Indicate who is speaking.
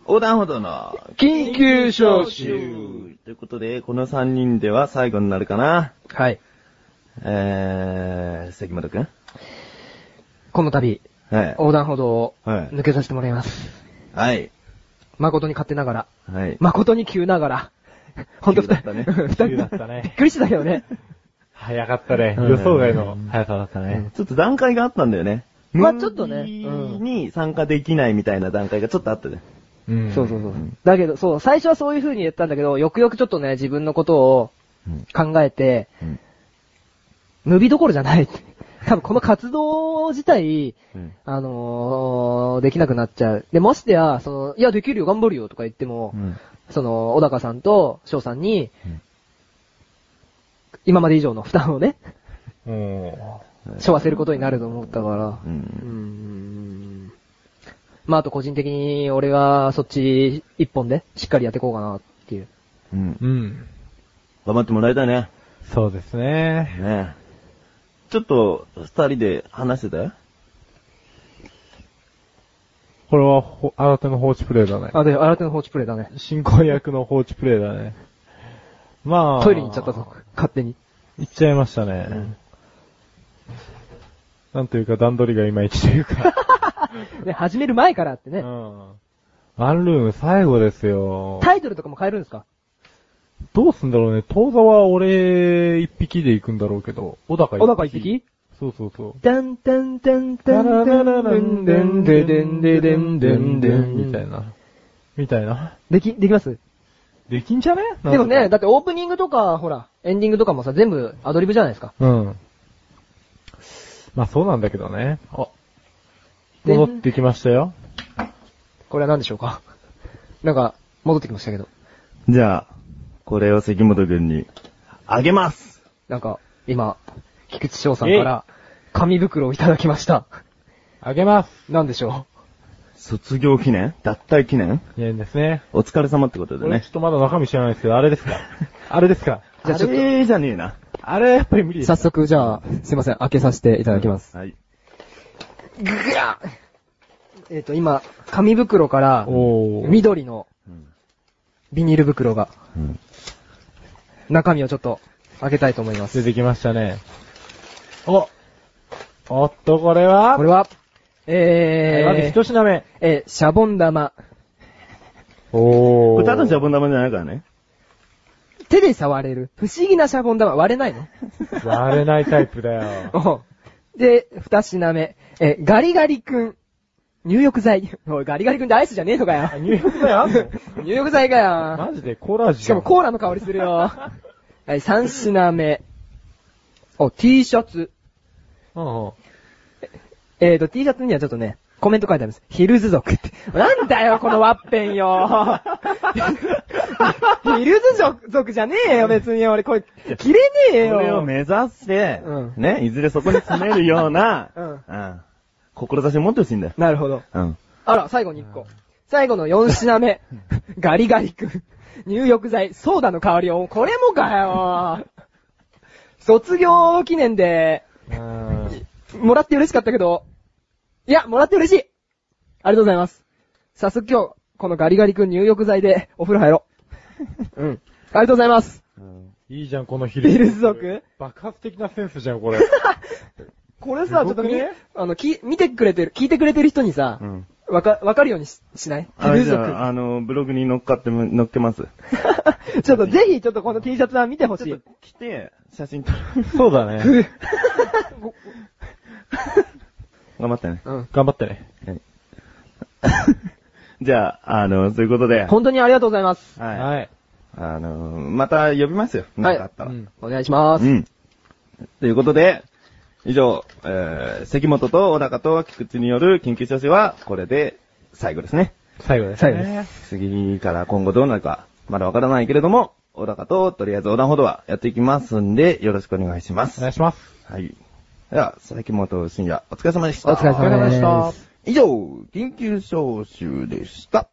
Speaker 1: 横断歩道の緊急招集ということで、この3人では最後になるかな。
Speaker 2: はい。
Speaker 1: えー、関本くん
Speaker 2: この度、
Speaker 1: はい。
Speaker 2: 横断歩道を
Speaker 1: はい
Speaker 2: 抜けさせてもらいます。
Speaker 1: はい。
Speaker 2: 誠に勝手ながら、
Speaker 1: はい。
Speaker 2: 誠に急ながら、ほん と
Speaker 1: 急だ
Speaker 2: 二
Speaker 1: った
Speaker 2: 人、
Speaker 1: ね
Speaker 2: 二人
Speaker 3: 急だったね
Speaker 2: びっくりしたけどね。
Speaker 3: 早かったね。
Speaker 1: うん
Speaker 3: 予想外の速さだったね。
Speaker 1: ちょっと段階があったんだよね。
Speaker 2: まあちょっとね
Speaker 1: ムービーに参加できないみたいな段階がちょっとあったね。
Speaker 3: うん
Speaker 2: そうそうそう。だけど、そう、最初はそういう風に言ったんだけど、よくよくちょっとね、自分のことを
Speaker 1: うん
Speaker 2: 考えて、
Speaker 1: うん
Speaker 2: ムビどころじゃないって。 多分この活動自体、
Speaker 1: うん
Speaker 2: あのー、できなくなっちゃう。で、ましてや、その、いや、できるよ、頑張るよとか言っても、
Speaker 1: うん
Speaker 2: その、小高さんと翔さんに、
Speaker 1: うん
Speaker 2: 今まで以上の負担をね、
Speaker 3: も
Speaker 2: 背負わせることになると思ったから。
Speaker 1: う
Speaker 2: うんん。まあ、あと個人的に俺はそっち一本でしっかりやっていこうかなっていう。
Speaker 1: うん
Speaker 3: う、うん。
Speaker 1: 頑張ってもらいたいね。
Speaker 3: そうですね。
Speaker 1: ねちょっと、二人で話してたよ。
Speaker 3: これはほ、新手の放置プレイだね。
Speaker 2: あ、で、新手の放置プレイだね。
Speaker 3: 進行役の放置プレイだね。まあ。
Speaker 2: トイレに行っちゃったぞ。勝手に。
Speaker 3: 行っちゃいましたね。なんというか段取りがいまいちというか。
Speaker 2: ね、始める前からって
Speaker 3: う
Speaker 2: ね。
Speaker 3: ん。ワンルーム最後ですよ。
Speaker 2: タイトルとかも変えるんですか
Speaker 3: どうすんだろうね。当座は俺一匹で行くんだろうけど、小高一
Speaker 2: 小
Speaker 3: 匹。
Speaker 2: 高一匹
Speaker 3: そうそうそう。
Speaker 2: ダンダンダンダ
Speaker 3: ダ
Speaker 2: ン
Speaker 3: ラ
Speaker 2: ダ
Speaker 3: ラ
Speaker 2: ンダ
Speaker 3: ラ
Speaker 2: ンダ
Speaker 3: ラン
Speaker 2: ン
Speaker 3: デ
Speaker 2: ダ
Speaker 3: ン
Speaker 2: ン
Speaker 3: デ
Speaker 2: デ
Speaker 3: デ
Speaker 2: デ
Speaker 3: ン
Speaker 2: ン
Speaker 3: デ
Speaker 2: デ
Speaker 3: デ
Speaker 2: デ
Speaker 3: ン
Speaker 2: ン
Speaker 3: デ
Speaker 2: デ
Speaker 3: ン
Speaker 2: ン
Speaker 3: デ
Speaker 2: デ
Speaker 3: ン
Speaker 2: ン
Speaker 3: みたいな。みたいな。
Speaker 2: でき、できます
Speaker 3: できんじゃね
Speaker 2: でもね、だ
Speaker 3: だ
Speaker 2: ってオープニングとか、ほら、エンディングとかもさ、全部アドリブじゃないですか。
Speaker 3: うん。まあそうなんだけどね。あ、
Speaker 2: で
Speaker 3: 戻ってきましたよ。
Speaker 2: これは何でしょうか なんか、戻ってきましたけど。
Speaker 1: じゃあ、これを関本くんに、あげます
Speaker 2: なんか、今、菊池翔さんから、紙袋をいただきました。
Speaker 3: あげます。
Speaker 2: 何でしょ
Speaker 1: 卒業記念脱退記念
Speaker 3: いいですね。
Speaker 1: お疲れ様ってことで
Speaker 3: 俺
Speaker 1: ね
Speaker 3: ちょっ。とまだ中身知らないですけど、あれですかあれですか
Speaker 2: じゃあちょっと
Speaker 1: あれじゃねえな。
Speaker 3: あれやっぱり無理
Speaker 4: い。
Speaker 3: で
Speaker 4: 早。
Speaker 3: す
Speaker 4: 速、じゃあ、すいません、開けさせていただきます。
Speaker 1: はい。
Speaker 2: うぐぎゃえっ、と、今、紙袋から、
Speaker 3: おー。
Speaker 2: 緑の
Speaker 1: うん
Speaker 2: ビニール袋が、
Speaker 1: うん
Speaker 2: 中身をちょっと開けたいと思います。
Speaker 3: 出てきましたね。おおっと、これは
Speaker 2: これは、
Speaker 3: はいまず
Speaker 2: えー
Speaker 3: 一、品目。
Speaker 2: えー、シャボン玉。
Speaker 3: お
Speaker 1: これただシャ
Speaker 3: ボ
Speaker 1: ボン玉じゃないからね。
Speaker 2: 手で触れる。不思議なシャボン玉。割れない の
Speaker 3: 割れないタイプだよ。
Speaker 2: おうで、二品目。えー、ガリガリ君。入浴剤。おい、ガリガリ君ってアイスじゃねえのかよ
Speaker 3: あ、。入浴剤あんの
Speaker 2: 入浴剤か よ。
Speaker 3: マジでコーラ味
Speaker 2: し
Speaker 3: じ
Speaker 2: か
Speaker 3: ゃん
Speaker 2: もコーラの香り するよ。はい、三品目。お、T シャツ。
Speaker 3: うんうん。
Speaker 2: えーと、T シャツにはちょっとね、コメント書いてあります。ヒルズ族って。なんだよ、このワッペン よ。ヒルズ族族じゃねえよ、別に。俺、これ、着れねえ
Speaker 1: これを
Speaker 2: よ。
Speaker 1: 目指して
Speaker 2: うん、
Speaker 1: ね、いずれそこに詰めるような
Speaker 2: うん、
Speaker 1: うん志を持ってほしいんだよ。
Speaker 2: なるほど。
Speaker 1: うん。
Speaker 2: あら、最後に1個。最後の4品目。 ガリガリ君。入浴剤、ソーダの香りを。これもかよ。卒業記念で、
Speaker 3: うん
Speaker 2: もらって嬉しかったけど、いや、もらって嬉しいありがとうございます。早速今日、このガリガリ君入浴剤でお風呂入ろう。うん。ありがとうございます。
Speaker 3: いいじゃん、このヒル
Speaker 2: ビルズ族
Speaker 3: 爆発的なセンスじゃ ん、これ。
Speaker 2: これさ、ちょっとみ、
Speaker 3: すごくね
Speaker 2: あの、き、見てくれてる、聞いてくれてる人にさ
Speaker 1: う、ん。
Speaker 2: わか、わかるようにししないビ
Speaker 1: あ、
Speaker 2: ル
Speaker 1: じ
Speaker 2: 族。
Speaker 1: ゃあ、あの、ブログに乗っかっても、乗っけます。
Speaker 2: ちょっとぜひ、ちょっとこの T シャツは見てほしい。
Speaker 1: 来て、写真撮る。
Speaker 3: そうだね。
Speaker 1: 頑張ってね。
Speaker 2: うん。
Speaker 3: 頑張ってね。
Speaker 1: じゃあ、あの、そういうことで。
Speaker 2: 本当にありがとうございます。
Speaker 1: はい。
Speaker 3: はい。
Speaker 1: あの、また呼びますよ。なんかあったら。
Speaker 3: うん
Speaker 2: お願いします。
Speaker 1: うん。ということで、以上、えー、関本と小高と菊池による緊急調整は、これで最後ですね。
Speaker 3: 最後です。。
Speaker 2: 最後です
Speaker 1: 次から今後どうなるか、まだわからないけれども、小高ととりあえず横断歩道はやっていきますんで、よろしくお願いしま
Speaker 3: お
Speaker 1: す。
Speaker 3: 願いします。
Speaker 1: はい。では、関本深夜、お疲れ様でした。
Speaker 2: お疲れ様でした。
Speaker 1: 以上、緊急招集でした。